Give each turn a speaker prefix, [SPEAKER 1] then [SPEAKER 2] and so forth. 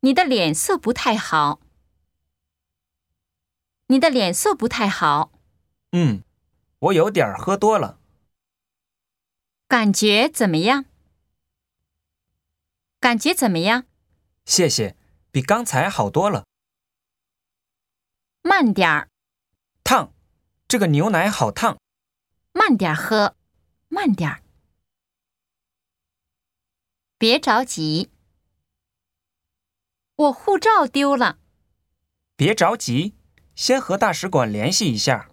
[SPEAKER 1] 你的脸色不太好。你的脸色不太好，
[SPEAKER 2] 嗯，我有点儿喝多了，
[SPEAKER 1] 感觉怎么样？感觉怎么样？
[SPEAKER 2] 谢谢，比刚才好多了。
[SPEAKER 1] 慢点儿，
[SPEAKER 2] 烫，这个牛奶好烫。
[SPEAKER 1] 慢点儿喝，慢点儿。别着急，我护照丢了。
[SPEAKER 2] 别着急，先和大使馆联系一下。